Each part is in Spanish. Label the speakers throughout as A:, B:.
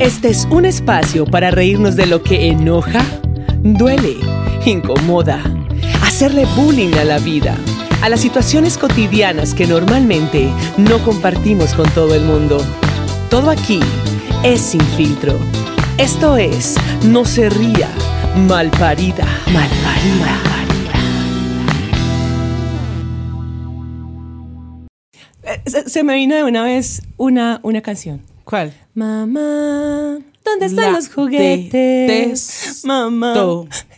A: Este es un espacio para reírnos de lo que enoja, duele, incomoda, hacerle bullying a la vida, a las situaciones cotidianas que normalmente no compartimos con todo el mundo. Todo aquí es sin filtro. Esto es No se ría, malparida, malparida. Eh, Se, se me vino de una vez una, una canción.
B: ¿Cuál?
A: Mamá, ¿dónde están
B: La
A: los juguetes?
B: detesto.
A: Mamá,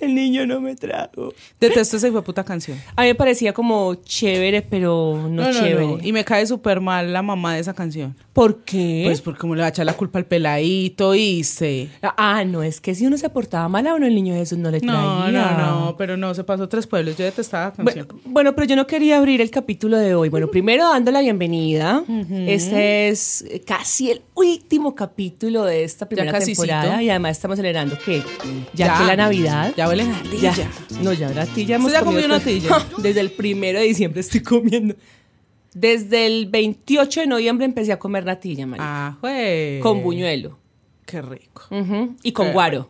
A: el niño no me trago.
B: Detesto esa hijo puta canción.
A: A mí me parecía como chévere, pero no, chévere.
B: Y me cae súper mal la mamá de esa canción.
A: ¿Por qué?
B: Pues porque como le va a echar la culpa al peladito, hice.
A: ah, no, es que si uno se portaba mal a uno, el niño Jesús no le traía.
B: No, no, no, pero no, se pasó tres pueblos. Yo detestaba la canción.
A: Bueno, bueno, pero yo no quería abrir el capítulo de hoy. Bueno, primero dando la bienvenida. Este es casi el último capítulo de esta primera
B: casicito.
A: temporada y además estamos celebrando que ya,
B: Ya.
A: que la Navidad.
B: Ya huelen a
A: Ya.
B: ardilla.
A: No, ya ahora ti ya hemos
B: Usted ya comió
A: comido
B: una
A: todo.
B: natilla.
A: Desde el primero de diciembre estoy comiendo. Desde el 28 de noviembre empecé a comer natilla, María.
B: Ah, güey.
A: Con buñuelo.
B: Qué rico.
A: Ujú. Y con
B: Qué
A: guaro.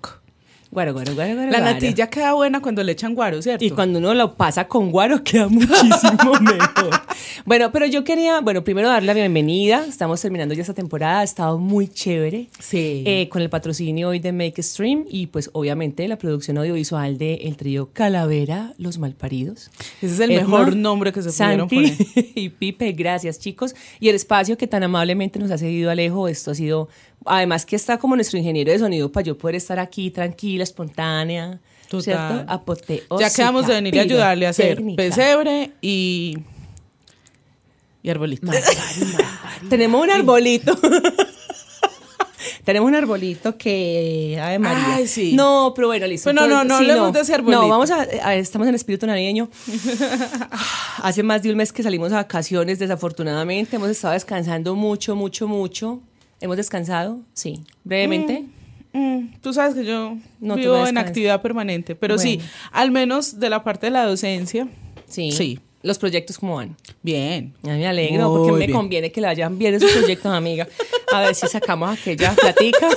A: Guaro, guaro, guaro, guaro.
B: La
A: guaro.
B: natilla queda buena cuando le echan guaro, ¿cierto?
A: Y cuando uno lo pasa con guaro queda muchísimo mejor. Bueno, pero yo quería, bueno, primero dar la bienvenida. Estamos terminando ya esta temporada. Ha estado muy chévere.
B: Sí.
A: Eh, con el patrocinio hoy de Make Stream y pues obviamente la producción audiovisual de el trío Calavera, Los Malparidos.
B: Ese es el
A: Edna,
B: mejor nombre que se pudieron
A: Santi
B: poner.
A: y Pipe, gracias chicos. Y el espacio que tan amablemente nos ha cedido Alejo, esto ha sido, además que está como nuestro ingeniero de sonido para yo poder estar aquí tranquila, espontánea,
B: Total.
A: ¿cierto? Apoteósica,
B: Ya quedamos de venir a ayudarle a hacer
A: pirotécnica.
B: pesebre y. y arbolito.
A: Tenemos un arbolito. Tenemos un arbolito que. Ay, María.
B: Ay, sí.
A: No, pero bueno, listo.
B: Pues no,
A: Entonces,
B: no, no hablemos de ese arbolito.
A: No, vamos a, a- Estamos en espíritu navideño. Ah, Hace más de un mes que salimos a vacaciones, desafortunadamente. Hemos estado descansando mucho, mucho, mucho. ¿Hemos descansado? Sí. Brevemente.
B: Mm, tú sabes que yo
A: No, tú no
B: vivo en
A: descansas.
B: actividad permanente, pero sí,
A: Bueno.
B: al menos de la parte de la docencia.
A: Sí.
B: Sí.
A: Los proyectos, ¿cómo van?
B: Bien.
A: Ya me alegro, porque
B: Muy
A: me
B: bien.
A: conviene que le vayan bien esos proyectos, amiga. A ver si sacamos aquella platica.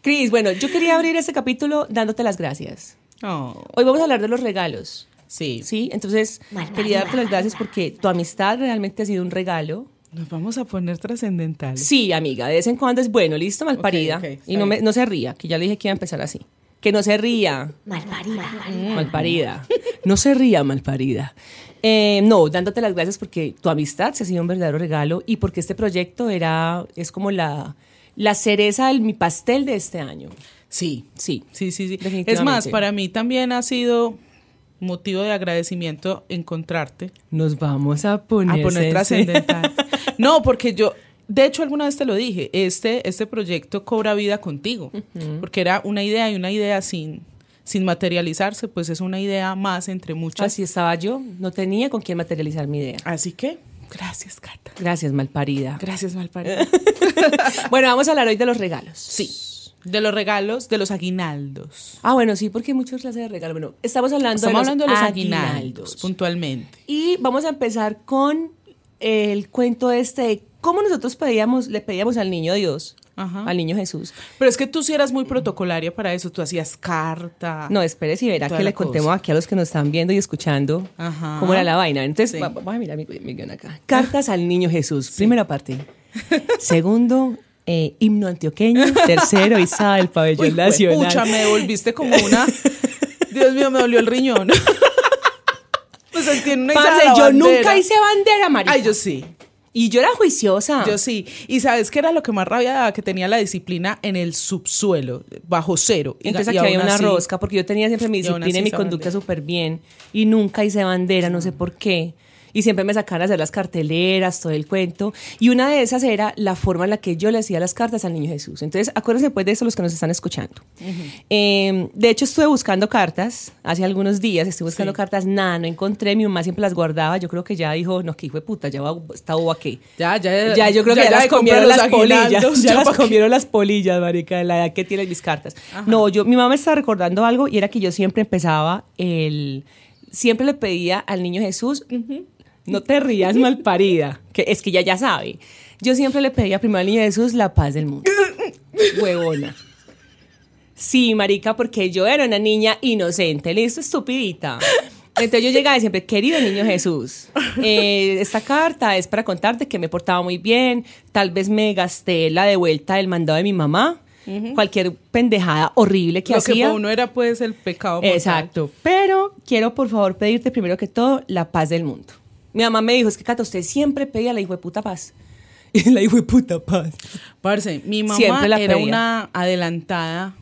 A: Cris, bueno, yo quería abrir este capítulo dándote las gracias.
B: Oh,
A: Hoy vamos a hablar de los regalos,
B: sí.
A: ¿sí? Entonces, quería darte las gracias porque tu amistad realmente ha sido un regalo.
B: Nos vamos a poner trascendentales.
A: Sí, amiga, de vez en cuando es bueno, listo, malparida.
B: Ok, ok, está
A: y no, me-
B: bien.
A: no se ría, que ya le dije que iba a empezar así. Que no se ría.
B: Mm.
A: Malparida. Malparida. No se ría, malparida. Eh, no, dándote las gracias porque tu amistad se ha sido un verdadero regalo y porque este proyecto era, es como la, la cereza de mi pastel de este año.
B: Sí.
A: Sí.
B: Sí, sí, sí. Es
A: Definitivamente.
B: más, para mí también ha sido motivo de agradecimiento encontrarte.
A: Nos vamos a poner,
B: a poner trascendental. No, porque yo, de hecho, alguna vez te lo dije, este, este proyecto cobra vida contigo, porque era una idea y una idea sin, sin materializarse, pues es una idea más entre muchas.
A: Así
B: Así,
A: estaba yo, no tenía con quién materializar mi idea.
B: que, gracias, Cata.
A: Gracias, malparida.
B: Gracias, Malparida.
A: bueno, vamos a hablar hoy de los regalos.
B: Sí. De los regalos, de los aguinaldos.
A: Ah, bueno, sí, porque hay muchas clases de regalo. Bueno, estamos hablando,
B: Estamos hablando de los aguinaldos,
A: aguinaldos.
B: puntualmente.
A: Y vamos a empezar con el cuento este de cómo nosotros pedíamos, le pedíamos al niño Dios,
B: Ajá.
A: al niño Jesús.
B: Pero es que tú sí eras muy protocolaria para eso, tú hacías carta.
A: No, espere si verá
B: Ah. Toda
A: que
B: la
A: le contemos
B: cosa.
A: aquí a los que nos están viendo y escuchando
B: Ajá.
A: cómo era la vaina. Entonces,
B: Sí.
A: va- vamos a mirar mi, mi guión acá. Cartas al niño Jesús, primera parte. Segundo, eh, himno antioqueño. Tercero, Isa del pabellón
B: Uy,
A: nacional.
B: Pucha, me devolviste como una. Dios mío, me dolió el riñón. pues él tiene una izada
A: Parce,
B: a la
A: yo
B: bandera.
A: nunca hice Ah. bandera, marica.
B: Ay, yo sí.
A: Y yo era juiciosa.
B: Yo sí. Y sabes qué era lo que más rabia daba, que tenía la disciplina en el subsuelo, bajo cero. Y,
A: Entonces
B: y
A: aquí había
B: aún
A: una
B: así-
A: rosca, porque yo tenía siempre mi
B: y aún
A: disciplina y
B: así
A: mi
B: esa
A: conducta
B: bandera.
A: súper bien. Y nunca hice bandera, no sé por qué. Y siempre me sacaban a hacer las carteleras, todo el cuento. Y una de esas era la forma en la que yo le hacía las cartas al niño Jesús. Entonces, acuérdense pues de eso los que nos están escuchando. Eh, de hecho, estuve buscando cartas hace algunos días, estuve buscando cartas, nada, no encontré. Mi mamá siempre las guardaba. Yo creo que ya dijo, no, que hijo de puta, ya va, está boba qué.
B: Ya, ya,
A: Ya, yo creo que ya, las
B: de comprar
A: comieron
B: los
A: las polillas.
B: aguinaldos,
A: Ya las
B: pa' qué.
A: comieron las polillas, marica, de la edad que tienen mis cartas. No, yo, mi mamá me estaba recordando algo y era que yo siempre empezaba el... Siempre le pedía al niño Jesús No te rías malparida, que es que ella ya sabe. Yo siempre le pedía primero al niño Jesús la paz del mundo. Huevona. Sí, marica, porque yo era una niña inocente, listo, estupidita. Entonces yo llegaba y siempre, querido niño Jesús, eh, esta carta es para contarte que me he portado muy bien, tal vez me gasté la de vuelta del mandado de mi mamá, cualquier pendejada horrible que
B: Lo que
A: hacía.
B: para uno era pues el pecado. mortal.
A: Exacto. Pero quiero por favor pedirte primero que todo la paz del mundo. Mi mamá me dijo, es que Cata, usted siempre pedía la hijo puta paz. Y la hijo puta paz.
B: Parce, mi mamá
A: Siempre la
B: era
A: pedía.
B: una adelantada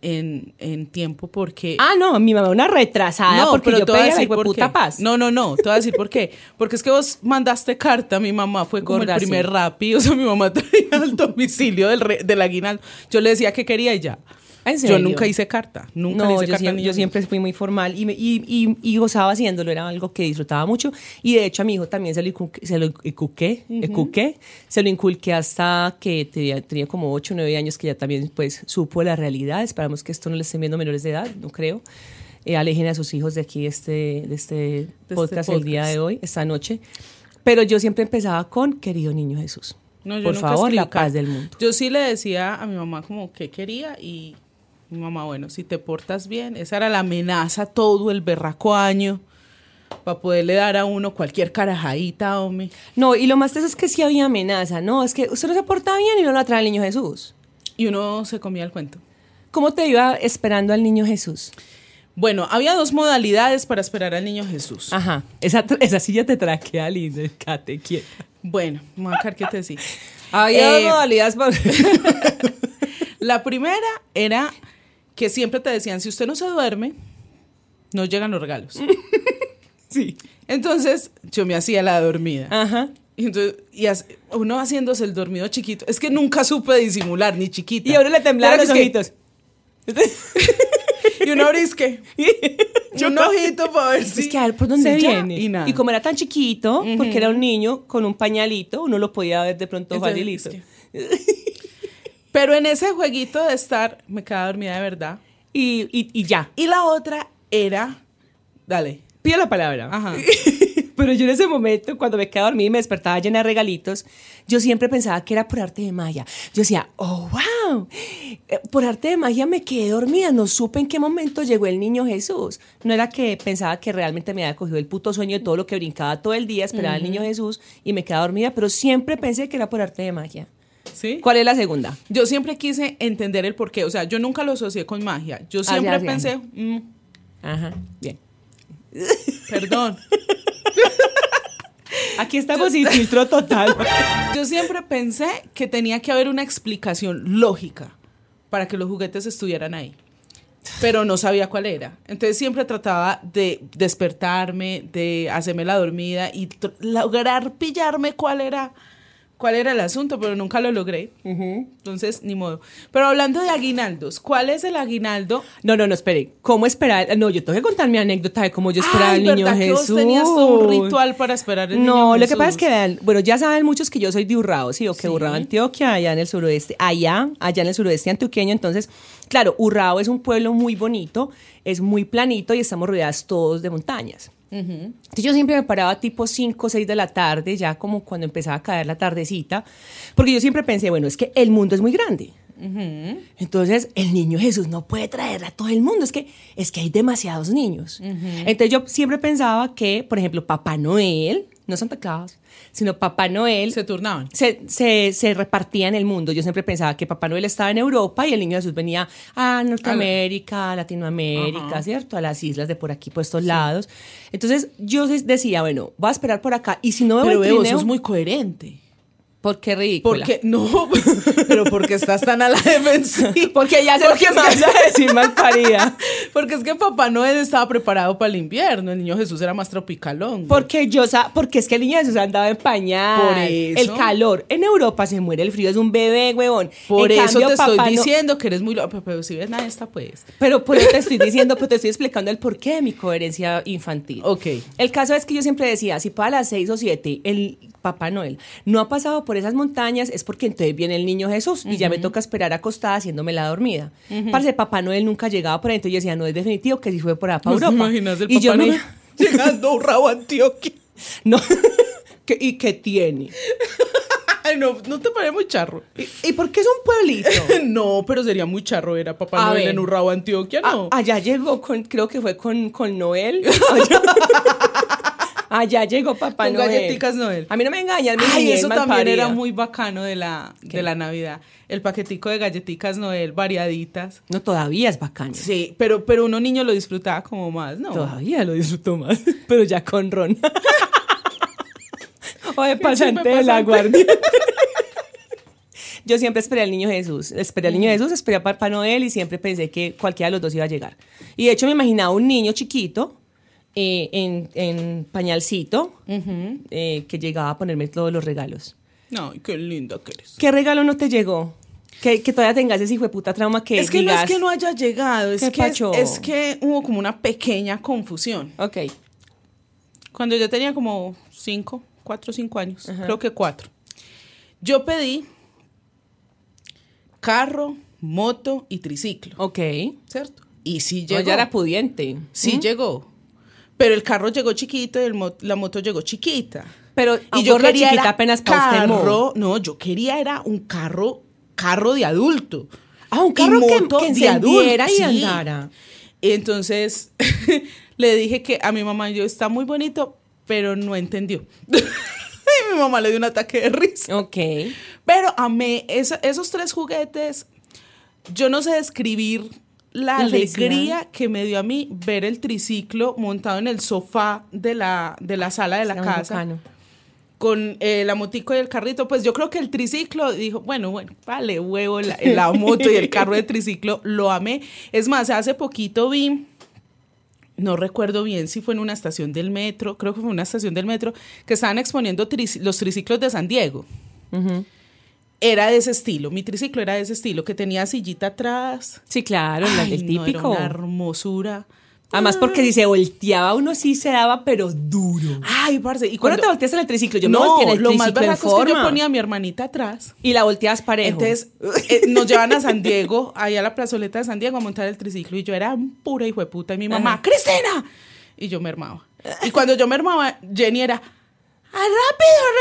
B: en, en tiempo porque...
A: Ah, no, mi mamá una retrasada Ah, porque yo
B: te voy a
A: pedía la
B: decir
A: hijo
B: por
A: puta
B: qué.
A: paz.
B: No, no, no, te voy a decir por qué. Porque es que vos mandaste carta, mi mamá fue como
A: Gorda,
B: el
A: sí.
B: primer rapi, o sea, mi mamá traía al domicilio del, re- del aguinaldo. Yo le decía que quería y ya.
A: Ah, ¿En
B: Yo
A: serio?
B: nunca hice carta, nunca
A: No,
B: le hice
A: yo,
B: carta
A: siempre,
B: ni
A: yo siempre fui muy formal y, me- y, y- y gozaba haciéndolo, era algo que disfrutaba mucho. Y de hecho a mi hijo también se lo inculqué, se lo, inculqué, inculqué, se lo inculqué hasta que tenía, tenía como 8 o 9 años que ya también pues supo la realidad. Esperamos que esto no le estén viendo menores de edad, no creo. Eh, alejen a sus hijos de aquí, de este, de este podcast el día
B: podcast.
A: de hoy, esta noche. Pero yo siempre empezaba con, querido niño Jesús,
B: No, yo
A: por
B: nunca
A: favor, la
B: escribí carta.
A: paz del mundo.
B: Yo sí le decía a mi mamá como que quería y mi mamá, bueno, si te portas bien, esa era la amenaza todo el berraco año para poderle dar a uno cualquier carajadita, hombre.
A: No, y lo más teso es que sí había amenaza, ¿no? Es que usted no se porta bien y no lo atrae el niño Jesús.
B: Y uno se comía el cuento.
A: ¿Cómo te iba esperando al niño Jesús?
B: Bueno, había dos modalidades para esperar al niño Jesús.
A: Ajá, esa, tr- esa silla te traquea, linda, cate quieta.
B: Bueno, Macar, ¿qué te decía?
A: Había
B: Eh,
A: dos modalidades para...
B: La primera era que siempre te decían, si usted no se duerme, no llegan los regalos.
A: Mm. sí.
B: Entonces, yo me hacía la dormida.
A: Ajá.
B: Y, entonces, y as- uno haciéndose el dormido chiquito. Es que nunca supe disimular, ni chiquita.
A: Y ahora le temblaron
B: Claro
A: los
B: que es
A: ojitos.
B: que- Y uno abrisque. un ojito para ver si.
A: Es que a ver, ¿por dónde
B: se ya,
A: viene?
B: Y nada.
A: como era tan chiquito, porque era un niño con un pañalito, uno lo podía ver de pronto
B: Entonces,
A: facilito.
B: es Pero en ese jueguito de estar, me quedaba dormida de verdad.
A: Y, y, y ya.
B: Y la otra era. Dale.
A: Pide la palabra.
B: Ajá.
A: Pero yo en ese momento, cuando me quedaba dormida y me despertaba llena de regalitos, yo siempre pensaba que era por arte de magia. Yo decía, oh, wow, eh, por arte de magia me quedé dormida, no supe en qué momento llegó el niño Jesús. No era que pensaba que realmente me había cogido el puto sueño de todo lo que brincaba todo el día, esperaba al niño Jesús y me quedaba dormida, pero siempre pensé que era por arte de magia.
B: ¿Sí?
A: ¿Cuál es la segunda?
B: Yo siempre quise entender el porqué. O sea, yo nunca lo asocié con magia. Yo
A: Ah,
B: siempre
A: ya, ya.
B: pensé, mm,
A: Ajá, bien.
B: perdón.
A: Aquí estamos sin filtro total.
B: Yo siempre pensé que tenía que haber una explicación lógica para que los juguetes estuvieran ahí, pero no sabía cuál era. Entonces siempre trataba de despertarme, de hacerme la dormida y tr- lograr pillarme cuál era, cuál era el asunto, pero nunca lo logré. Entonces, ni modo. Pero hablando de aguinaldos, ¿cuál es el aguinaldo?
A: No, no, no, espere. ¿Cómo esperar? No, yo tengo que contar mi anécdota de cómo yo esperaba
B: Ay,
A: al niño
B: ¿verdad que
A: Jesús.
B: vos tenías todo un ritual para esperar el
A: no,
B: niño
A: lo que pasa es
B: Jesús?
A: que vean, bueno, ya saben muchos que yo soy de Urrao, sí, o que
B: Sí.
A: Urrao, Antioquia, allá en el suroeste, allá, allá en el suroeste antioqueño. Entonces, claro, Urrao es un pueblo muy bonito, es muy planito y estamos rodeados todos de montañas. Entonces yo siempre me paraba tipo 5 o 6 de la tarde, ya como cuando empezaba a caer la tardecita, porque yo siempre pensé, bueno, es que el mundo es muy grande. Entonces, el niño Jesús no puede traer a todo el mundo. Es que, es que hay demasiados niños. Entonces, yo siempre pensaba que, por ejemplo, Papá Noel, no Santa Claus, sino Papá Noel
B: se turnaban.
A: se, se, se repartía en el mundo. Yo siempre pensaba que Papá Noel estaba en Europa y el niño Jesús venía a Norteamérica, a Latinoamérica, ¿cierto? A las islas de por aquí, por estos lados. Entonces, yo de- decía, bueno, voy a esperar por acá. Y si no veo
B: Pero
A: el
B: veo,
A: trineo,
B: sos muy coherente.
A: ¿por qué ridícula?
B: Porque no, pero porque estás tan a la defensiva.
A: Porque ya sé lo
B: Porque
A: que
B: es
A: me vas a decir mal parida.
B: Porque es que Papá Noel estaba preparado para el invierno, el niño Jesús era más tropicalón.
A: Porque yo sa- porque es que el niño Jesús andaba en pañal.
B: Por eso.
A: El calor. En Europa se muere el frío, es un bebé, huevón.
B: Por
A: En
B: eso
A: cambio,
B: te estoy
A: papá no-
B: diciendo que eres muy loco. Pero, pero si ves nada esta, pues.
A: Pero pues te estoy diciendo, pues te estoy explicando el porqué de mi coherencia infantil.
B: Ok.
A: El caso es que yo siempre decía, si para las seis o siete el Papá Noel no ha pasado por esas montañas, es porque entonces viene el niño Jesús y ya me toca esperar acostada haciéndome la dormida. Parce, Papá Noel nunca llegaba por ahí, entonces yo decía, no es definitivo que si fue por acá, para
B: ¿No te
A: Europa.
B: imaginas el
A: y yo
B: Papá
A: me-
B: Noel llegando a un rabo a Antioquia?
A: No. ¿Qué- ¿Y qué tiene?
B: Ay, no, no te parece muy charro.
A: ¿Y, y por qué es un pueblito?
B: no, pero sería muy charro era Papá
A: A
B: Noel
A: ver. Ah,
B: en Urrao, Antioquia, no.
A: A- allá llegó con, creo que fue con, con Noel. Allá, allá llegó Papá
B: Con
A: Noel.
B: galletitas Noel.
A: A mí no me engañas, mi
B: Ay,
A: niñez
B: eso también
A: malparida.
B: era muy bacano de la, de la Navidad. El paquetico de galletitas Noel variaditas.
A: No, todavía es bacano.
B: Sí, pero, pero uno niño lo disfrutaba como más, ¿no?
A: Todavía lo disfruto más, pero ya con ron. o de pasante de la
B: pasante.
A: guardia. Yo siempre esperé al niño Jesús, esperé al niño Jesús, esperé a Papá Noel y siempre pensé que cualquiera de los dos iba a llegar. Y de hecho me imaginaba un niño chiquito eh, en, en pañalcito eh, que llegaba a ponerme todos los regalos.
B: No, qué linda que eres.
A: ¿Qué regalo no te llegó? Que, que todavía tengas ese hijo de puta trauma que
B: es que no
A: digas,
B: es que no haya llegado, es
A: ¿Qué
B: que,
A: pacho?
B: es que hubo como una pequeña confusión.
A: Ok,
B: Cuando yo tenía como cinco, cuatro o cinco años, creo que cuatro, yo pedí carro, moto y triciclo,
A: ok.
B: ¿cierto? Y sí
A: Yo
B: llegó.
A: ya era pudiente.
B: Sí llegó. Pero el carro llegó chiquito y el mo- la moto llegó chiquita.
A: Pero
B: Y yo quería
A: Ah, chiquita
B: era
A: apenas para usted, mo.
B: carro, no, yo quería era un carro, carro de adulto.
A: Ah, un
B: Y
A: carro que-
B: moto
A: que
B: de
A: encendiera
B: adulto,
A: y andara.
B: Entonces le dije que a mi mamá yo está muy bonito, pero no entendió. y mi mamá le dio un ataque de risa.
A: Ok.
B: Pero amé esa- esos tres juguetes. Yo no sé describir la,
A: La felicidad.
B: alegría que me dio a mí ver el triciclo montado en el sofá de la, de la sala de la
A: Era muy
B: casa
A: bacano.
B: con eh, la motico y el carrito, pues yo creo que el triciclo dijo, bueno, bueno, vale, huevo, la, eh, la moto y el carro de triciclo, lo amé. Es más, hace poquito vi, no recuerdo bien si fue en una estación del metro, creo que fue una estación del metro, que estaban exponiendo trici- los triciclos de San Diego. Era de ese estilo, mi triciclo era de ese estilo, que tenía sillita atrás.
A: Sí, claro, la-
B: Ay,
A: el
B: no, era
A: típico.
B: una hermosura.
A: Además, porque si se volteaba uno sí se daba, pero duro.
B: Ay, parce, y
A: ¿Cuándo
B: cuando
A: te volteas en el triciclo? Yo me
B: no,
A: volteé en el
B: lo más
A: triciclo en
B: barato es que yo
A: forma.
B: ponía a mi hermanita atrás.
A: Y la volteabas parejo.
B: Entonces eh, nos llevan a San Diego, ahí a la plazoleta de San Diego a montar el triciclo y yo era un pura hijo de puta y mi mamá,
A: Ajá.
B: Cristina. Y yo me armaba. Y cuando yo me armaba, Jenny era, "Ah, rápido,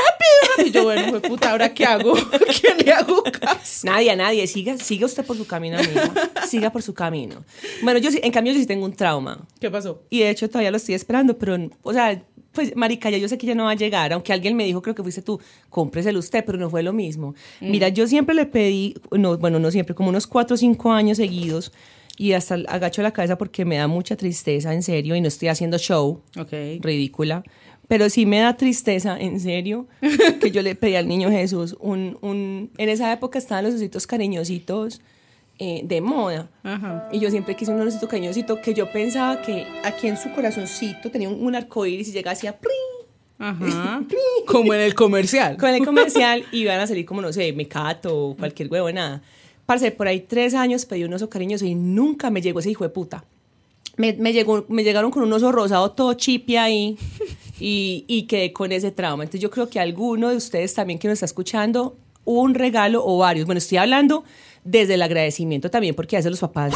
B: rápido, rápido. Y yo, bueno, hijo de puta, ¿ahora qué hago? ¿Qué le hago caso?
A: Nadie, a nadie. Siga, siga usted por su camino, amiga. Siga por su camino. Bueno, yo sí, en cambio, yo sí tengo un trauma.
B: ¿Qué pasó?
A: Y de hecho todavía lo estoy esperando, pero, o sea, pues, marica, ya yo sé que ya no va a llegar, aunque alguien me dijo, creo que fuiste tú, cómpreselo usted, pero no fue lo mismo. Mira, yo siempre le pedí, no, bueno, no siempre, como unos cuatro o cinco años seguidos, y hasta agacho la cabeza porque me da mucha tristeza, en serio, y no estoy haciendo show,
B: Ok.
A: ridícula, pero sí me da tristeza, en serio, que yo le pedí al niño Jesús un, un, en esa época estaban los ositos cariñositos eh, de moda,
B: Ajá.
A: y yo siempre quise un osito cariñosito que yo pensaba que aquí en su corazoncito tenía un, un arcoíris y llegaba hacia
B: Ajá. Como en el comercial.
A: con el comercial y iban a salir como, no sé, mecato o cualquier huevo, nada. Parce, por ahí tres años pedí un oso cariñoso y nunca me llegó ese hijo de puta. Me, me llegó, me llegaron con un oso rosado todo chipi ahí y, y quedé con ese trauma. Entonces yo creo que alguno de ustedes también que nos está escuchando, un regalo o varios. Bueno, estoy hablando desde el agradecimiento también porque a veces los papás...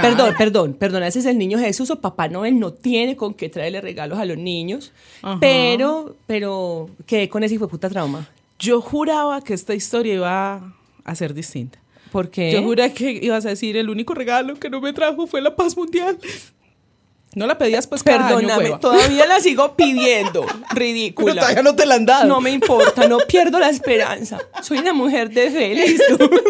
A: Perdón, perdón, perdón, a veces el niño Jesús o Papá Noel no tiene con qué traerle regalos a los niños,
B: Ajá.
A: pero, pero quedé con ese hijo de puta trauma.
B: Yo juraba que esta historia iba a ser distinta.
A: Porque
B: Yo juré que ibas a decir, el único regalo que no me trajo fue la paz mundial. No la pedías pues cada año,
A: perdóname,
B: hueva.
A: todavía la sigo pidiendo. Ridícula.
B: Pero todavía no te la han dado.
A: No me importa, no pierdo la esperanza. Soy una mujer de fe, listo.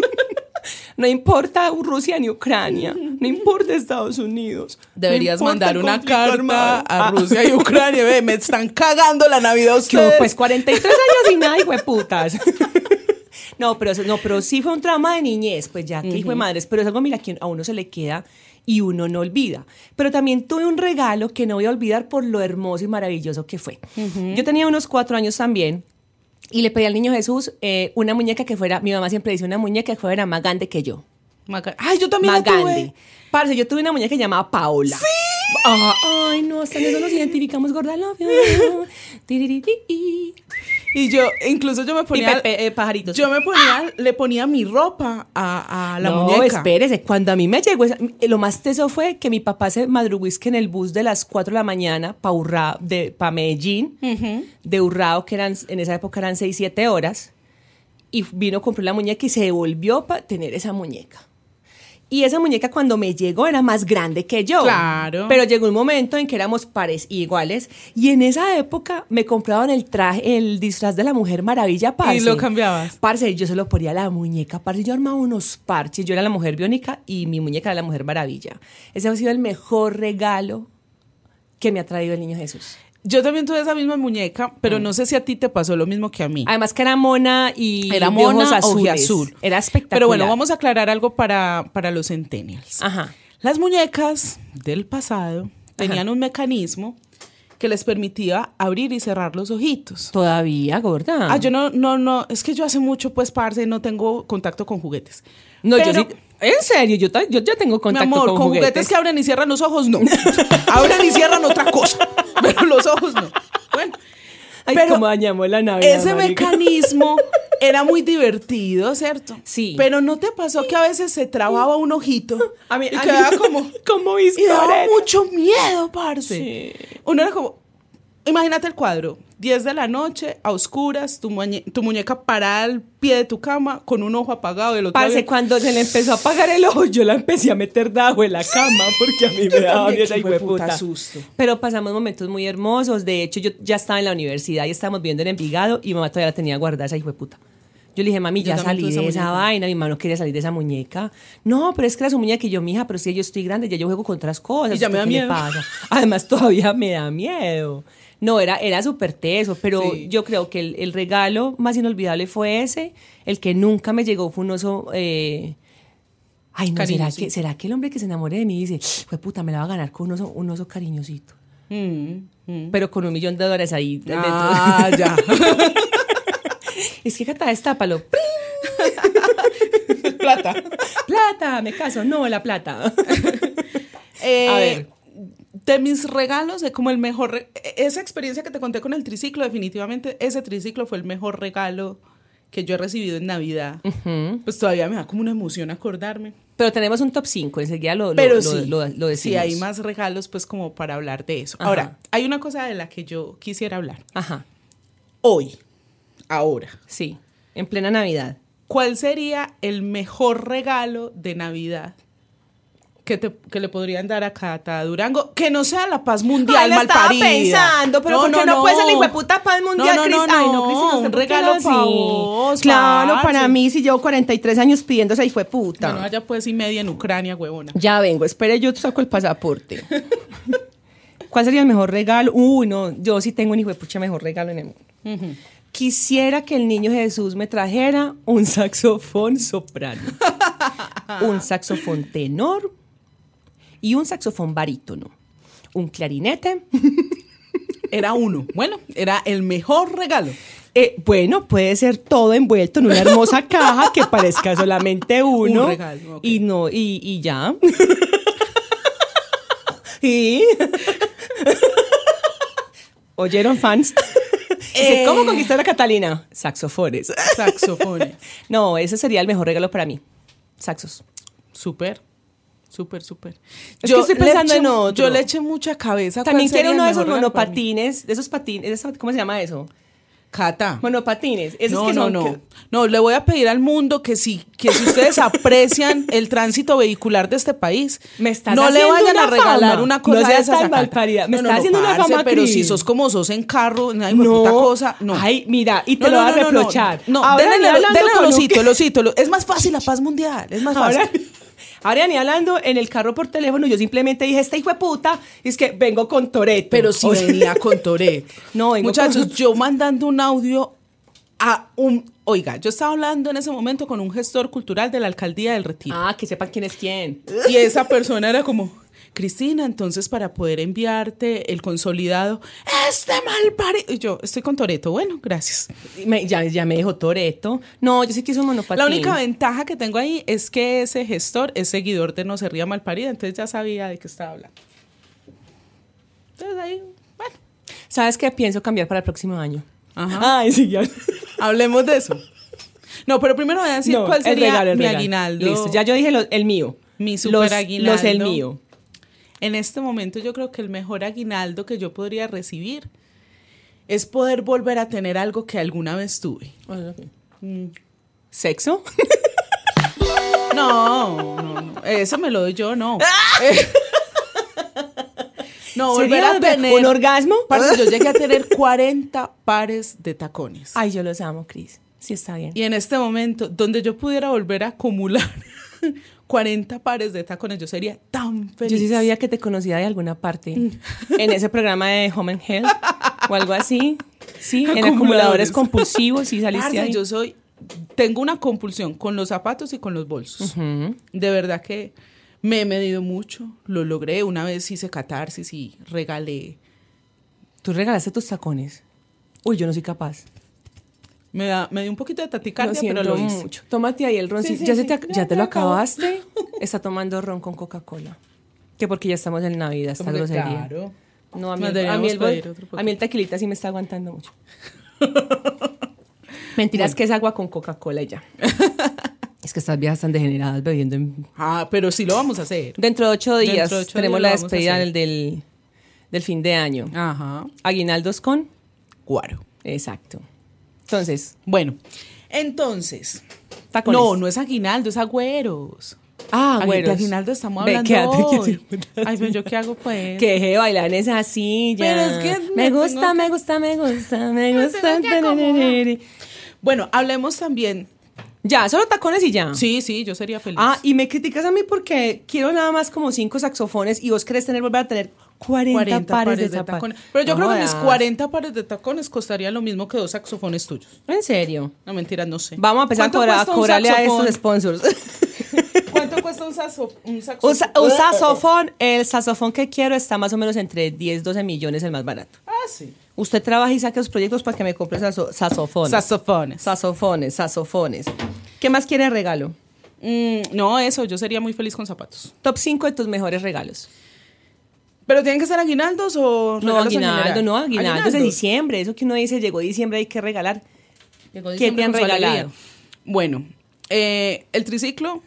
A: No importa Rusia ni Ucrania, no importa Estados Unidos. no
B: Deberías
A: importa
B: mandar
A: el
B: una
A: conflicto
B: carta
A: armado.
B: a
A: Ah,
B: Rusia y Ucrania. ve, me están cagando la Navidad
A: que
B: ustedes.
A: pues 43 años y nada, hijo de putas. No, pero, eso- no, pero sí fue un trauma de niñez, pues ya que hijo de madres, pero es algo, mira, que a uno se le queda y uno no olvida. Pero también tuve un regalo que no voy a olvidar por lo hermoso y maravilloso que fue. Yo tenía unos cuatro años también y le pedí al niño Jesús eh, una muñeca que fuera, mi mamá siempre dice, una muñeca que fuera más grande que yo.
B: Maga- Ay, yo también
A: Más
B: la tuve.
A: grande. Parce, yo tuve una muñeca que se llamaba Paola. Ah, ¡Sí! ay, no, hasta en eso nos identificamos, gorda love you. Tiririri.
B: Y yo, incluso yo me ponía.
A: Pepe, eh, pajaritos.
B: Yo me ponía, le ponía mi ropa a, a la
A: no,
B: muñeca.
A: espérese. Cuando a mí me llegó, esa- lo más teso fue que mi papá se madrugó es que en el bus de las 4 de la mañana para de, pa Medellín, de Urrao, que eran, en esa época eran 6, 7 horas, y vino, compró la muñeca y se devolvió para tener esa muñeca. Y esa muñeca cuando me llegó era más grande que yo.
B: Claro.
A: Pero llegó un momento en que éramos pares y iguales. Y en esa época me compraban el traje, el disfraz de la Mujer Maravilla parce.
B: lo cambiabas.
A: Parce, yo se lo ponía a la muñeca, parce, yo armaba unos parches, yo era la mujer biónica y mi muñeca era la mujer maravilla. Ese ha sido el mejor regalo que me ha traído el niño Jesús.
B: Yo también tuve esa misma muñeca, pero
A: Mm.
B: no sé si a ti te pasó lo mismo que a mí.
A: Además que era mona y
B: Era
A: de
B: mona
A: ojos
B: o de
A: azules.
B: azul.
A: Era espectacular. Ah.
B: Pero bueno, vamos a aclarar algo para, para los centennials.
A: Ajá.
B: Las muñecas del pasado tenían un mecanismo que les permitía abrir y cerrar los ojitos.
A: Todavía, gorda.
B: Ah, yo no, no, no, es que yo hace mucho, pues, parce, no tengo contacto con juguetes.
A: No, yo
B: Pero-
A: sí- En serio, yo, ta- yo, yo tengo contacto
B: Mi amor,
A: con,
B: con, juguetes. que abren y cierran los ojos, no. abren y cierran otra cosa, pero los ojos no. Bueno,
A: Ay,
B: pero
A: cómo dañamos la Navidad,
B: ese
A: marica.
B: mecanismo era muy divertido, ¿cierto?
A: Sí.
B: Pero ¿no te pasó que a veces se trababa un ojito
A: A mí,
B: y
A: a mí-
B: quedaba como...
A: como
B: Y daba
A: bizcoreta.
B: mucho miedo, parce.
A: Sí.
B: Uno era como... Imagínate el cuadro. 10 de la noche, a oscuras, tu, muñe- tu muñeca parada al pie de tu cama, con un ojo apagado y el otro...
A: Parce,
B: abierto.
A: cuando se le empezó a apagar el ojo, yo la empecé a meter debajo de la cama porque a mí me daba
B: también,
A: miedo
B: qué
A: esa
B: hijueputa
A: hijueputa.
B: susto.
A: Pero pasamos momentos muy hermosos. De hecho, yo ya estaba en la universidad y estábamos viviendo en Envigado y mamá todavía la tenía guardada esa hijueputa. Yo le dije, mami,
B: Yo
A: ya
B: también
A: salí
B: tuve
A: de
B: esa
A: esa
B: muñeca.
A: vaina, mi mamá no quería salir de esa muñeca. No, pero es que era su muñeca y yo, mija, pero si yo estoy grande, ya yo juego con otras cosas.
B: Y ya
A: ¿usted
B: me da
A: qué le
B: miedo".
A: pasa? Además, todavía me da miedo. No, era, era súper teso, pero
B: Sí.
A: yo creo que el, el regalo más inolvidable fue ese. El que nunca me llegó fue un oso... eh, Ay, no,
B: Cariño,
A: ¿será,
B: sí.
A: que, ¿será que el hombre que se enamore de mí dice, pues puta, me la va a ganar con un oso, un oso cariñosito?
B: Mm, mm.
A: Pero con un millón de dólares ahí dentro.
B: Ah, ya.
A: es que Cata, destápalo.
B: Plata.
A: plata, me caso. No, la plata.
B: Eh,
A: A ver.
B: De mis regalos, de como el mejor. re- Esa experiencia que te conté con el triciclo, definitivamente ese triciclo fue el mejor regalo que yo he recibido en Navidad. Pues todavía me da como una emoción acordarme.
A: Pero tenemos un top 5, enseguida lo, lo,
B: Pero
A: lo-
B: sí,
A: lo- lo
B: sí,
A: decimos.
B: hay más regalos, pues como para hablar de eso.
A: Ajá.
B: Ahora, hay una cosa de la que yo quisiera hablar.
A: Ajá,
B: Hoy, ahora,
A: sí, en plena Navidad.
B: ¿cuál sería el mejor regalo de Navidad? Que, te- que le podrían dar a Cata Durango, que no sea la paz mundial
A: Ay, la estaba
B: malparida.
A: pensando, pero ¿por qué no puede ser la hijueputa paz mundial,
B: no, no,
A: Cris?
B: no,
A: Ay, no, Cris, no sé
B: un
A: por qué
B: regalo
A: era así.
B: para vos,
A: Claro,
B: parce.
A: para mí, si llevo 43 años pidiendo esa hijueputa.
B: Que no haya pues y media en Ucrania, huevona.
A: Ya vengo, espere, yo saco el pasaporte. ¿Cuál sería el mejor regalo? Uy, no, yo sí tengo un hijo de pucha mejor regalo en el mundo. Quisiera que el niño Jesús me trajera un saxofón soprano, un saxofón tenor y un saxofón barítono, un clarinete.
B: Era uno. Bueno, era el mejor regalo.
A: Eh, bueno, puede ser todo envuelto en una hermosa caja que parezca solamente uno.
B: Un regalo, ok.
A: Y no, y, y ya. y. ¿Oyeron fans? Dice,
B: Eh.
A: ¿Cómo conquistar a Catalina? Saxofones.
B: Saxofones.
A: no, ese sería el mejor regalo para mí. Saxos.
B: Súper. Súper, súper.
A: que estoy
B: le
A: pensando
B: eché-
A: en otro.
B: Yo le eché mucha cabeza.
A: También
B: ¿Cuál sería
A: quiero uno de
B: el
A: esos
B: mejor regalo para mí?
A: monopatines, de esos patines, de esos- ¿cómo se llama eso?
B: Cata.
A: Monopatines. Esos
B: no,
A: que
B: no,
A: son-
B: no.
A: que-
B: No, le voy a pedir al mundo que si, que si ustedes aprecian el tránsito vehicular de este país,
A: Me estás
B: no le
A: haciendo
B: vayan a
A: una
B: regalar
A: fama.
B: una cosa
A: No
B: de
A: seas tan
B: esas a Cata.
A: malparida. Me
B: No, no,
A: estás
B: no,
A: haciendo una
B: parce,
A: fama,
B: Pero
A: Cris.
B: si sos como sos en carro, no hay puta cosa, no.
A: Ay, mira, y te
B: No,
A: lo
B: no,
A: va a
B: no, no, no.
A: reprochar.
B: No,
A: Ahora
B: denle,
A: ni hablando
B: denle
A: con
B: el
A: un-
B: osito, el osito, lo- Es más fácil la paz mundial, es más fácil.
A: Ahora, ahora ni hablando en el carro por teléfono, yo simplemente dije, esta hijo de puta, es que vengo con Toreto.
B: Pero si
A: O sea,
B: venía con Toret.
A: No, vengo
B: Muchachos,
A: con-
B: yo mandando un audio a un. Oiga, yo estaba hablando en ese momento con un gestor cultural de la alcaldía del Retiro.
A: Ah, que sepan quién es quién.
B: Y esa persona era como, Cristina, entonces para poder enviarte el consolidado, este mal Y yo, estoy con Toreto, bueno, gracias.
A: Y me- ya, ya me dijo Toreto. No, yo sí que es un monopatín.
B: La única ventaja que tengo ahí es que ese gestor es seguidor de No se ría malparida, entonces ya sabía de qué estaba hablando. Entonces ahí, bueno.
A: ¿Sabes qué pienso cambiar para el próximo año?
B: Ajá.
A: Ay, sí, ya.
B: ah, Hablemos de eso. No, pero primero voy a decir
A: No,
B: cuál
A: el
B: sería
A: regalo, el
B: mi
A: regalo.
B: aguinaldo.
A: Listo, ya yo dije lo- el mío.
B: Mi
A: Los-
B: superaguinaldo.
A: Los, el mío.
B: En este momento yo creo que el mejor aguinaldo que yo podría recibir es poder volver a tener algo que alguna vez tuve.
A: Mm. ¿Sexo?
B: No, no, no. Eso me lo doy yo, no. Eh, no,
A: ¡Ah! ¿Sería
B: volver a
A: volver-
B: tener.
A: un orgasmo?
B: Parce, yo llegué a tener 40 pares de tacones.
A: Ay, yo los amo, Cris. Sí, está bien.
B: Y en este momento, donde yo pudiera volver a acumular 40 pares de tacones, yo sería tan feliz. Mm.
A: Yo sí sabía que te conocía de alguna parte. en ese programa de Home and Health o algo así. Sí, en
B: Acumuladores.
A: acumuladores compulsivos. Sí, saliste
B: Parce,
A: ahí.
B: yo soy. Tengo una compulsión con los zapatos y con los bolsos. De verdad que me he medido mucho. Lo logré. Una vez hice catarsis y regalé.
A: Tú regalaste tus tacones. Uy, yo no soy capaz.
B: Me, da, me dio un poquito de taticardia,
A: lo
B: pero
A: siento
B: lo hice.
A: mucho. Tómate ahí el roncito.
B: Sí, sí,
A: ya, se
B: sí.
A: te, ac-
B: Ya
A: ya te
B: me
A: lo
B: acabo.
A: acabaste. Está tomando ron con Coca-Cola. Que porque ya estamos en Navidad, esta
B: Hombre,
A: grosería.
B: claro.
A: No, a mí,
B: Nos
A: el- a, mí
B: deberíamos
A: el, bol-
B: pedir otro
A: a mí el tequilita sí me está aguantando mucho. Mentiras que es agua con Coca-Cola y ya. es que estas viejas están degeneradas bebiendo en...
B: Ah, pero sí lo vamos a hacer.
A: Dentro de ocho
B: Dentro de
A: días
B: ocho días
A: tenemos
B: lo
A: la
B: vamos a
A: despedida
B: hacer.
A: del, del, del fin de año.
B: Ajá.
A: Aguinaldos con...
B: Cuaro.
A: Exacto. Entonces,
B: Bueno, entonces.
A: tacones.
B: No, no es aguinaldo, es agüeros.
A: Ah,
B: Agui-
A: bueno.
B: De aguinaldo estamos
A: Ve,
B: hablando
A: quédate,
B: hoy.
A: quédate.
B: Ay, pero yo qué hago pues.
A: Que deje de bailar en esa silla.
B: Pero es que me
A: me gusta,
B: tengo
A: me gusta, me gusta, me gusta.
B: tengo que acomodar. Bueno, hablemos también.
A: Ya, solo tacones y ya.
B: Sí, sí, yo sería feliz.
A: Ah, y me criticas a mí porque quiero nada más como cinco saxofones y vos querés tener volver a tener 40, pares, de, zapatos.
B: tacones. Pero yo
A: No
B: creo que mis
A: jodas.
B: 40 pares de tacones costarían lo mismo que dos saxofones tuyos.
A: En serio.
B: No, mentira, no sé.
A: Vamos a empezar a,
B: ¿Cuánto
A: cobrar- a
B: cuesta un
A: cobrarle a
B: saxofón?
A: estos sponsors.
B: ¿Cuánto cuesta un, saxo- un saxofón?
A: un, sa- un saxofón, el saxofón que quiero está más o menos entre 10, 12 millones, el más barato.
B: Ah, sí.
A: Usted trabaja y saque los proyectos para que me compre saxo- saxofones.
B: Saxofones.
A: Saxofones, saxofones. ¿Qué más quiere de regalo?
B: Mm, no, eso, yo sería muy feliz con zapatos.
A: Top 5 de tus mejores regalos.
B: ¿Pero tienen que ser aguinaldos o
A: No,
B: regalos en
A: aguinaldo,
B: general?
A: no, aguinaldo es de
B: Aguinaldos.
A: diciembre. Eso que uno dice, llegó diciembre, hay que regalar. ¿Qué te han
B: Con su
A: regalado?
B: alegría. Bueno, eh, el triciclo,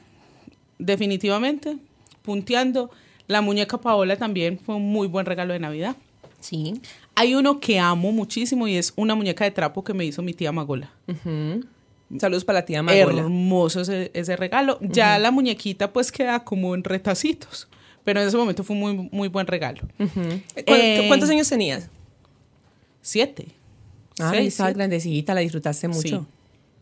B: definitivamente, punteando. La muñeca Paola también fue un muy buen regalo de Navidad.
A: Sí.
B: Hay uno que amo muchísimo y es una muñeca de trapo que me hizo mi tía Magola.
A: Saludos para la tía Magola.
B: Hermoso ese, ese regalo. Ya la muñequita pues queda como en retacitos, pero en ese momento fue un muy, muy buen regalo.
A: Eh, ¿cu-
B: Eh,
A: ¿Cuántos años tenías?
B: Siete.
A: Ah,
B: Seis, siete.
A: grandecita, la disfrutaste
B: mucho.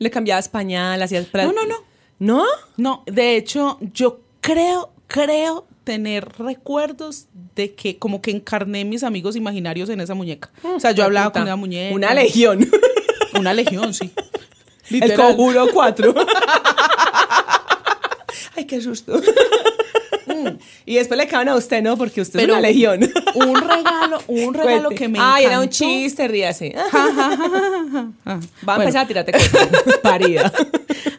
A: ¿Le cambiabas pañal, hacías... pra-
B: No, no, no.
A: ¿No?
B: No, de hecho, yo creo, creo tener recuerdos de que como que encarné mis amigos imaginarios en esa muñeca. O sea, yo hablaba
A: Puta.
B: con una muñeca.
A: Mm, Una legión.
B: Una legión, sí.
A: El
B: Literal.
A: conjuro 4. Ay, qué susto. Mm. y después le caben a usted, ¿no? Porque usted
B: Pero
A: es una legión.
B: Un regalo, un regalo
A: Cuente.
B: que me
A: Ay, era un
B: encantó.
A: chiste, ríase.
B: Ah,
A: Va a
B: bueno.
A: empezar a tirarte cosas. Parida.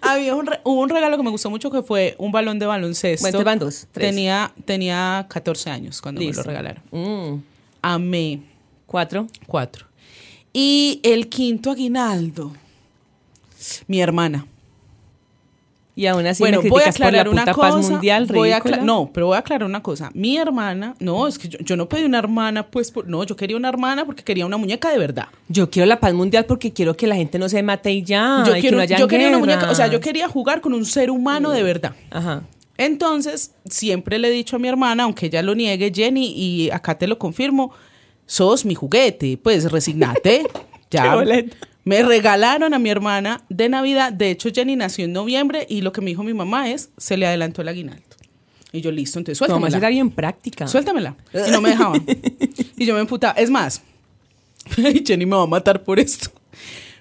B: Había un, re- un regalo que me gustó mucho que fue un balón de baloncesto.
A: Bueno, te van dos, tres.
B: Tenía, tenía 14 años cuando
A: Listo.
B: me lo regalaron.
A: Mm.
B: Amé.
A: Cuatro.
B: Cuatro. Y el quinto aguinaldo. Mi hermana.
A: Y aún así
B: bueno,
A: me
B: voy a
A: criticas por la
B: aclarar
A: puta
B: una
A: paz
B: cosa.
A: mundial,
B: voy a
A: ridícula.
B: acla- no, pero voy a aclarar una cosa. Mi hermana, no, es que yo, yo no pedí una hermana, pues, por- no, yo quería una hermana porque quería una muñeca de verdad.
A: Yo quiero la paz mundial porque quiero que la gente no se mate y ya.
B: yo
A: y que
B: quiero-
A: no hayan
B: yo quería una
A: guerras.
B: muñeca, o sea, yo quería jugar con un ser humano de verdad.
A: Ajá.
B: Entonces, siempre le he dicho a mi hermana, aunque ella lo niegue, Jenny, y acá te lo confirmo, sos mi juguete, pues resignate.
A: Qué
B: ya.
A: boleta.
B: Me regalaron a mi hermana de Navidad. De hecho, Jenny nació en noviembre y lo que me dijo mi mamá es, se le adelantó el aguinaldo. Y yo, listo, entonces
A: Tu mamá sí era
B: suéltamela.
A: bien práctica.
B: Suéltamela. Y no me dejaban. Y yo me emputaba. Es más, ay, Jenny me va a matar por esto.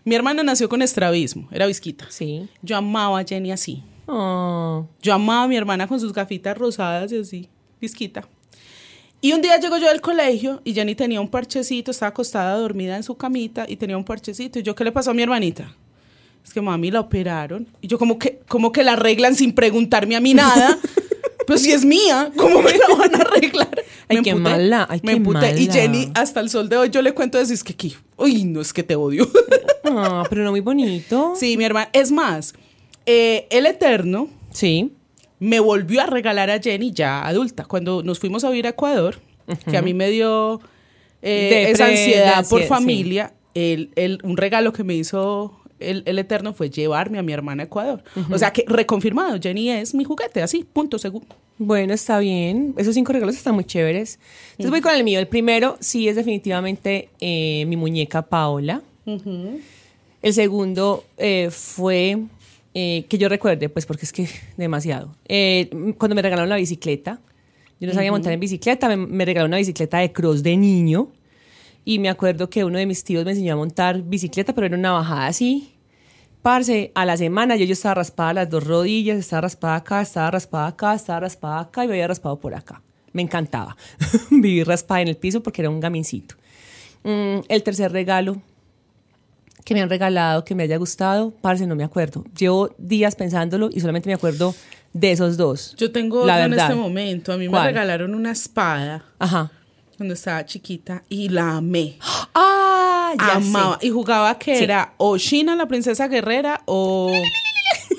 B: Mi hermana nació con estrabismo, era visquita.
A: Sí.
B: Yo amaba a Jenny así.
A: Oh.
B: Yo amaba a mi hermana con sus gafitas rosadas y así, visquita. Y un día llego yo del colegio y Jenny tenía un parchecito, estaba acostada dormida en su camita y tenía un parchecito. ¿Y yo qué le pasó a mi hermanita? Es que mami la operaron. Y yo como que, como que la arreglan sin preguntarme a mí nada. Pues si es mía, ¿cómo me la van a arreglar?
A: Ay,
B: Me
A: qué
B: emputé,
A: mala, ay,
B: me
A: qué
B: emputé. Y
A: mala.
B: Jenny, hasta el sol de hoy, yo le cuento decís que aquí, uy, no es que te odio.
A: Ah, pero no muy bonito.
B: sí, mi hermana. Es más, eh, el Eterno
A: Sí.
B: me volvió a regalar a Jenny ya adulta. Cuando nos fuimos a vivir a Ecuador, que a mí me dio eh,
A: Depre-
B: esa ansiedad
A: de
B: por
A: ansiedad,
B: familia, el- el- un regalo que me hizo el, el Eterno fue llevarme a mi hermana a Ecuador. O sea que reconfirmado, Jenny es mi juguete, así, punto, seguro.
A: Bueno, está bien. Esos cinco regalos están muy chéveres. Entonces voy con el mío. El primero sí es definitivamente eh, mi muñeca Paola. El segundo eh, fue eh, que yo recuerde, pues porque es que demasiado. Eh, m- cuando me regalaron la bicicleta, yo no sabía montar en bicicleta, me, me regalaron una bicicleta de cross de niño. Y me acuerdo que uno de mis tíos me enseñó a montar bicicleta, pero era una bajada así. Parce, a la semana yo, yo estaba raspada las dos rodillas, estaba raspada acá, estaba raspada acá, estaba raspada acá y me había raspado por acá. Me encantaba vivir raspada en el piso porque era un gamincito. Mm, el tercer regalo que me han regalado, que me haya gustado, parce, no me acuerdo. Llevo días pensándolo y solamente me acuerdo de esos dos.
B: Yo tengo
A: La
B: otro en
A: verdad.
B: este momento. A mí
A: ¿Cuál?
B: me regalaron una espada
A: Ajá.
B: cuando estaba chiquita y la amé.
A: Ah, ya
B: Amaba.
A: sé.
B: Y jugaba que
A: Sí.
B: era o Shina, la princesa guerrera, o,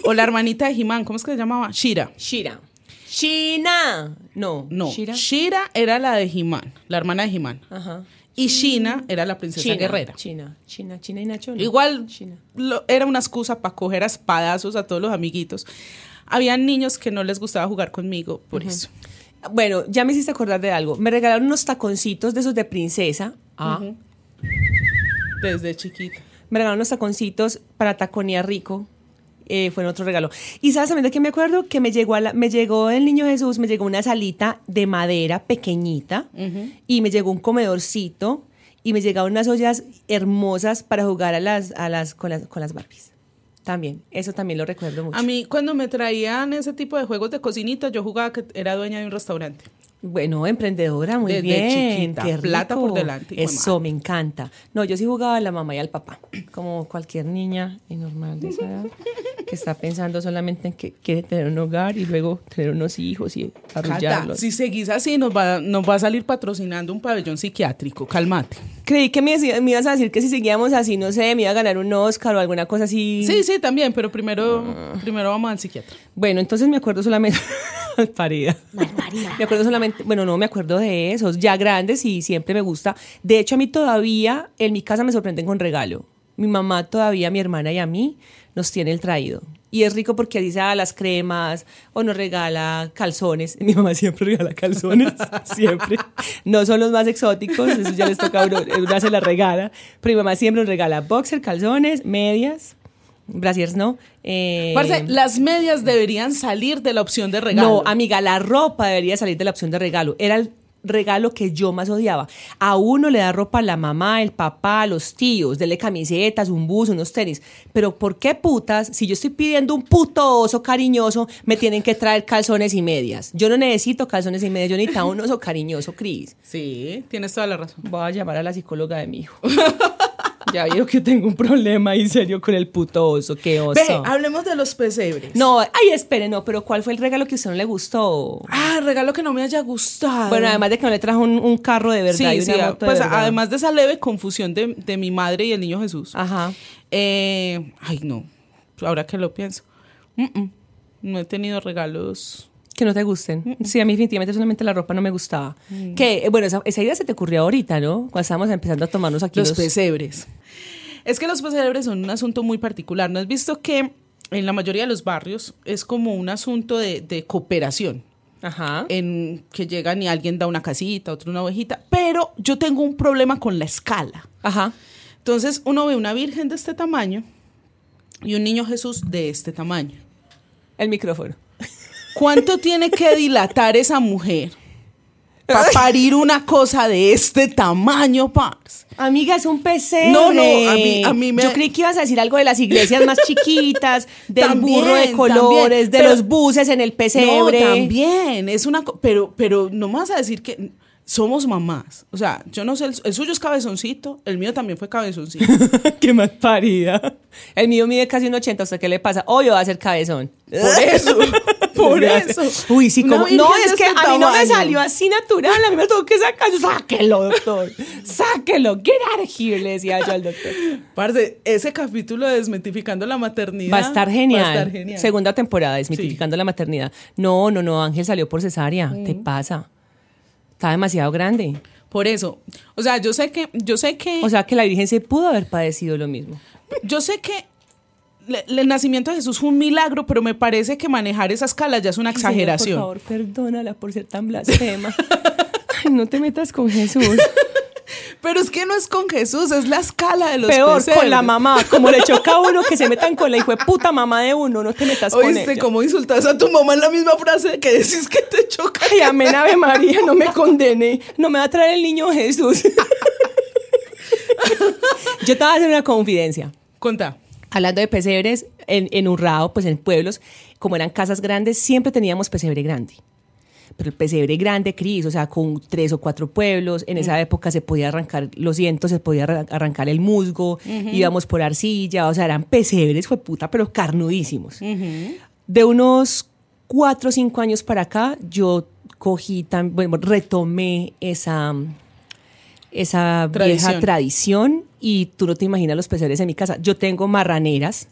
B: o la hermanita de He-Man. ¿Cómo es que se llamaba? Shira.
A: Shira. China. No.
B: No.
A: Shira.
B: Shira, era la de He-Man, la hermana de He-Man.
A: Ajá.
B: Y Shina era la princesa guerrera.
A: China. China. China y Nacho. ¿no?
B: Igual
A: China.
B: lo- era una excusa para coger a espadazos a todos los amiguitos. Habían niños que no les gustaba jugar conmigo por eso.
A: Bueno, ya me hiciste acordar de algo. Me regalaron unos taconcitos de esos de princesa. Ah.
B: Desde chiquita.
A: Me regalaron unos taconcitos para taconear rico. Eh, fue otro regalo. Y sabes también de qué me acuerdo que me llegó, a la- me llegó el niño Jesús, me llegó una salita de madera pequeñita y me llegó un comedorcito y me llegaron unas ollas hermosas para jugar a las, a las, con, las, con las Barbies. También, eso también lo recuerdo mucho.
B: A mí cuando me traían ese tipo de juegos de cocinita, yo jugaba que era dueña de un restaurante.
A: Bueno, emprendedora, muy
B: Desde
A: bien.
B: chiquita,
A: qué
B: plata
A: rico.
B: por delante, hijo de
A: Eso,
B: madre.
A: me encanta. No, yo sí jugaba a la mamá y al papá, como cualquier niña y normal de esa edad, que está pensando solamente en que quiere tener un hogar y luego tener unos hijos y
B: Cata,
A: arrullarlos.
B: si seguís así nos va, nos va a salir patrocinando un pabellón psiquiátrico, calmate.
A: Creí que me, decía- me ibas a decir que si seguíamos así, no sé, me iba a ganar un Oscar o alguna cosa así.
B: Sí, sí, también, pero primero,
A: Ah.
B: primero vamos al psiquiatra.
A: Bueno, entonces me acuerdo solamente. Malparida. Me acuerdo solamente. Bueno, no me acuerdo de esos. Ya grandes y siempre me gusta. De hecho, a mí todavía en mi casa me sorprenden con regalo. Mi mamá todavía, mi hermana y a mí nos tiene el traído. Y es rico porque dice ah, las cremas o nos regala calzones. Mi mamá siempre regala calzones, siempre. No son los más exóticos, eso ya les toca a uno, eh, una se la regala. Pero mi mamá siempre nos regala boxer, calzones, medias, brasiers no. eh,
B: Parce, las medias deberían salir de la opción de regalo.
A: no, amiga, la ropa debería salir de la opción de regalo. Era el regalo que yo más odiaba. A uno le da ropa la mamá, el papá, los tíos, dele camisetas, un bus, unos tenis. Pero ¿por qué putas? Si yo estoy pidiendo un puto oso cariñoso, me tienen que traer calzones y medias. Yo no necesito calzones y medias, yo necesito un oso cariñoso, Cris.
B: Sí, tienes toda la razón.
A: Voy a llamar a la psicóloga de mi hijo. ya veo que tengo un problema ahí serio con el puto oso, qué oso.
B: Ve, hablemos de los pesebres.
A: no, ay, espere, no, pero ¿cuál fue el regalo que a usted no le gustó?
B: Ah, regalo que no me haya gustado.
A: Bueno, además de que no le trajo un, un carro de verdad y
B: sí,
A: una
B: sí,
A: moto de
B: pues
A: verdad.
B: además de esa leve confusión de, de mi madre y el niño Jesús.
A: Ajá.
B: Eh, ay, no, ahora que lo pienso. Mm, mm, no he tenido regalos.
A: Que no te gusten. Sí, a mí definitivamente solamente la ropa no me gustaba. Que, eh, bueno, esa, esa idea se te ocurrió ahorita, ¿no? Cuando estábamos empezando a tomarnos aquí los...
B: Los pesebres. Es que los pesebres son un asunto muy particular. ¿No has visto que en la mayoría de los barrios es como un asunto de, de cooperación?
A: Ajá.
B: En que llegan y alguien da una casita, otro una ovejita. Pero yo tengo un problema con la escala.
A: Ajá.
B: Entonces uno ve una virgen de este tamaño y un niño Jesús de este tamaño.
A: El micrófono.
B: ¿Cuánto tiene que dilatar esa mujer para parir una cosa de este tamaño, parce?
A: Amiga, es un pesebre.
B: No, no, a mí- a mí me-
A: Yo creí que ibas a decir algo de las iglesias más chiquitas, del
B: También,
A: burro de
B: también,
A: colores, de
B: pero-
A: los buses en el pesebre.
B: No, también. Es una co- pero, pero no me vas a decir que somos mamás. O sea, yo no sé, el, el suyo es cabezoncito, el mío también fue cabezoncito.
A: Qué más parida. El mío mide casi un 80, ¿a usted qué le pasa? Hoy va a ser cabezón.
B: Por eso. Por eso.
A: Uy, sí,
B: Una
A: como.
B: virgen
A: No,
B: de
A: es que
B: este
A: a mí no me
B: tamaño.
A: salió así natural, a mí me tuvo que sacar. Yo, sáquelo, doctor. Sáquelo. Get out of here, le decía yo al doctor.
B: Parce, ese capítulo de Desmitificando la Maternidad.
A: Va a estar genial.
B: Va a estar genial.
A: Segunda temporada, desmitificando la maternidad. No, no, no, Ángel salió por cesárea. Te pasa. Está demasiado grande.
B: Por eso. O sea, yo sé que. Yo sé que.
A: O sea que la Virgen se pudo haber padecido lo mismo.
B: yo sé que. le- El nacimiento de Jesús fue un milagro, pero me parece que manejar esa escala ya es una exageración.
A: Señor, por favor, perdónala por ser tan blasfema. Ay, no te metas con Jesús.
B: Pero es que no es con Jesús, es la escala de los
A: Peor con
B: pesebres.
A: la mamá. Como le choca a uno que se metan con la hijo de puta mamá de uno, no te metas con
B: Oíste
A: ella.
B: cómo insultas a tu mamá en la misma frase que decís que te choca.
A: Ay, amén, Ave María, no me condene. No me va a traer el niño Jesús. Yo te voy a hacer una confidencia.
B: Contá.
A: Hablando de pesebres, en, en Urrao, pues en pueblos, como eran casas grandes, siempre teníamos pesebre grande. Pero el pesebre grande, Cris, o sea, con tres o cuatro pueblos, en esa época se podía arrancar los cientos, se podía arran- arrancar el musgo, íbamos por arcilla, o sea, eran pesebres, fue puta, pero carnudísimos. De unos cuatro o cinco años para acá, yo cogí, tan, bueno, retomé esa, esa
B: Tradición.
A: vieja tradición y tú no te imaginas los pesebres en mi casa. Yo tengo marraneras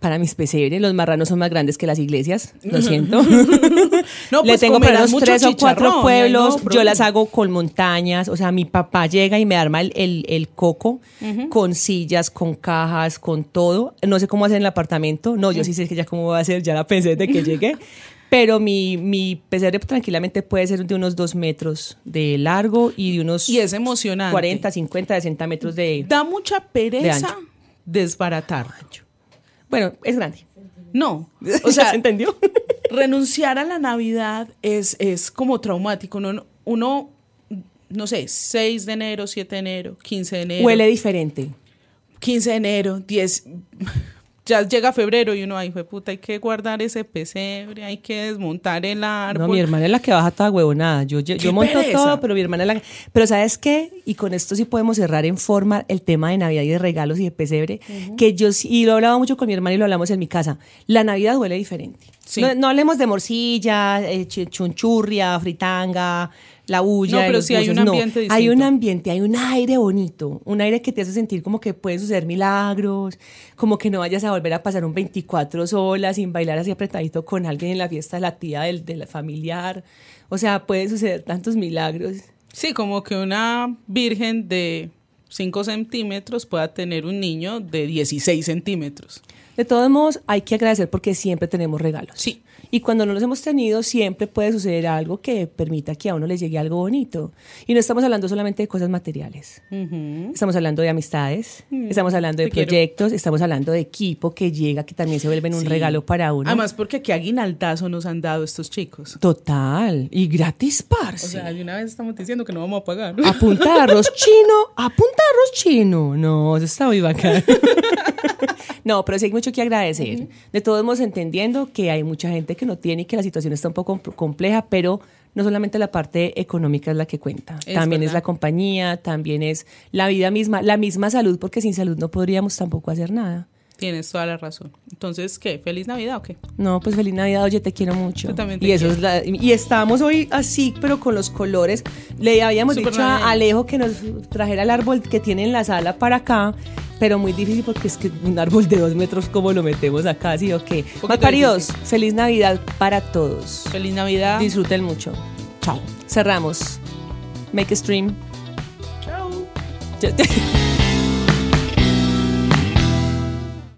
A: para mis pesebres, los marranos son más grandes que las iglesias, lo siento.
B: No,
A: Le
B: pues
A: tengo para
B: comerás
A: unos
B: mucho
A: tres o
B: chicharrón,
A: cuatro
B: no,
A: pueblos,
B: no,
A: yo
B: problema.
A: las hago con montañas, o sea, mi papá llega y me arma el, el- el coco con sillas, con cajas, con todo. No sé cómo hacer en el apartamento, no, yo sí sé que ya cómo va a ser, ya la pensé desde que llegué. Pero mi, mi pesebre tranquilamente puede ser de unos dos metros de largo y de unos
B: Y es emocionante.
A: 40, 50, 60 metros de...
B: Da mucha
A: De
B: pereza
A: ancho.
B: desbaratar.
A: Bueno, es grande.
B: No. O sea,
A: ¿se entendió?
B: renunciar a la Navidad es, es como traumático. Uno, uno, no sé, 6 de enero, 7 de enero, 15 de enero.
A: Huele diferente.
B: 15 de enero, 10. Ya llega febrero y uno, ay, fue puta, hay que guardar ese pesebre, hay que desmontar el árbol.
A: No, mi hermana es la que baja toda huevonada. Yo, yo, yo
B: ¡Qué
A: monto
B: pereza!
A: todo, pero mi hermana es la que... Pero ¿sabes qué? Y con esto sí podemos cerrar en forma el tema de Navidad y de regalos y de pesebre, que yo sí- y lo hablaba mucho con mi hermana y lo hablamos en mi casa. La Navidad huele diferente.
B: Sí.
A: No, no hablemos de morcilla, eh, ch- chunchurria, fritanga, la bulla.
B: No,
A: de
B: pero
A: los
B: sí hay un
A: buzos, no.
B: ambiente
A: Hay un
B: distinto.
A: ambiente, hay un aire bonito, un aire que te hace sentir como que pueden suceder milagros, como que no vayas a volver a pasar un 24 sola sin bailar así apretadito con alguien en la fiesta de la tía del, del familiar. O sea, pueden suceder tantos milagros.
B: Sí, como que una virgen de 5 centímetros pueda tener un niño de 16 centímetros.
A: De todos modos, hay que agradecer porque siempre tenemos regalos.
B: Sí.
A: Y cuando no los hemos tenido, siempre puede suceder algo que permita que a uno le llegue algo bonito. Y no estamos hablando solamente de cosas materiales. Estamos hablando de amistades, estamos hablando de
B: Mm, te quiero.
A: proyectos, estamos hablando de equipo que llega, que también se vuelven un
B: Sí.
A: regalo para uno.
B: Además, porque qué aguinaldazo nos han dado estos chicos.
A: Total. Y gratis,
B: O
A: parce.
B: sea, de una vez estamos diciendo que no vamos a pagar.
A: A punta de arroz chino, a punta de arroz chino. No, eso está muy bacán. no, pero sí hay mucho que agradecer. De todos modos, entendiendo que hay mucha gente que no tiene y que la situación está un poco comp- compleja, pero no solamente la parte económica es la que cuenta.
B: Es
A: también es
B: verdad.
A: la compañía, también es la vida misma, la misma salud, porque sin salud no podríamos tampoco hacer nada.
B: Tienes toda la razón. Entonces, ¿qué? ¿Feliz Navidad o qué?
A: No, pues feliz Navidad, oye, te quiero mucho.
B: Yo también te
A: y eso es la- y estamos hoy así, pero con los colores. Le habíamos
B: Súper
A: dicho a
B: navideño.
A: Alejo que nos trajera el árbol que tiene en la sala para acá, pero muy difícil porque es que un árbol de dos metros, ¿cómo lo metemos acá? Sí, ok.
B: poquito
A: Malparidos, feliz Navidad para todos.
B: Feliz Navidad.
A: Disfruten mucho.
B: Chao.
A: Cerramos. Make a stream.
B: Chao.
A: Ya-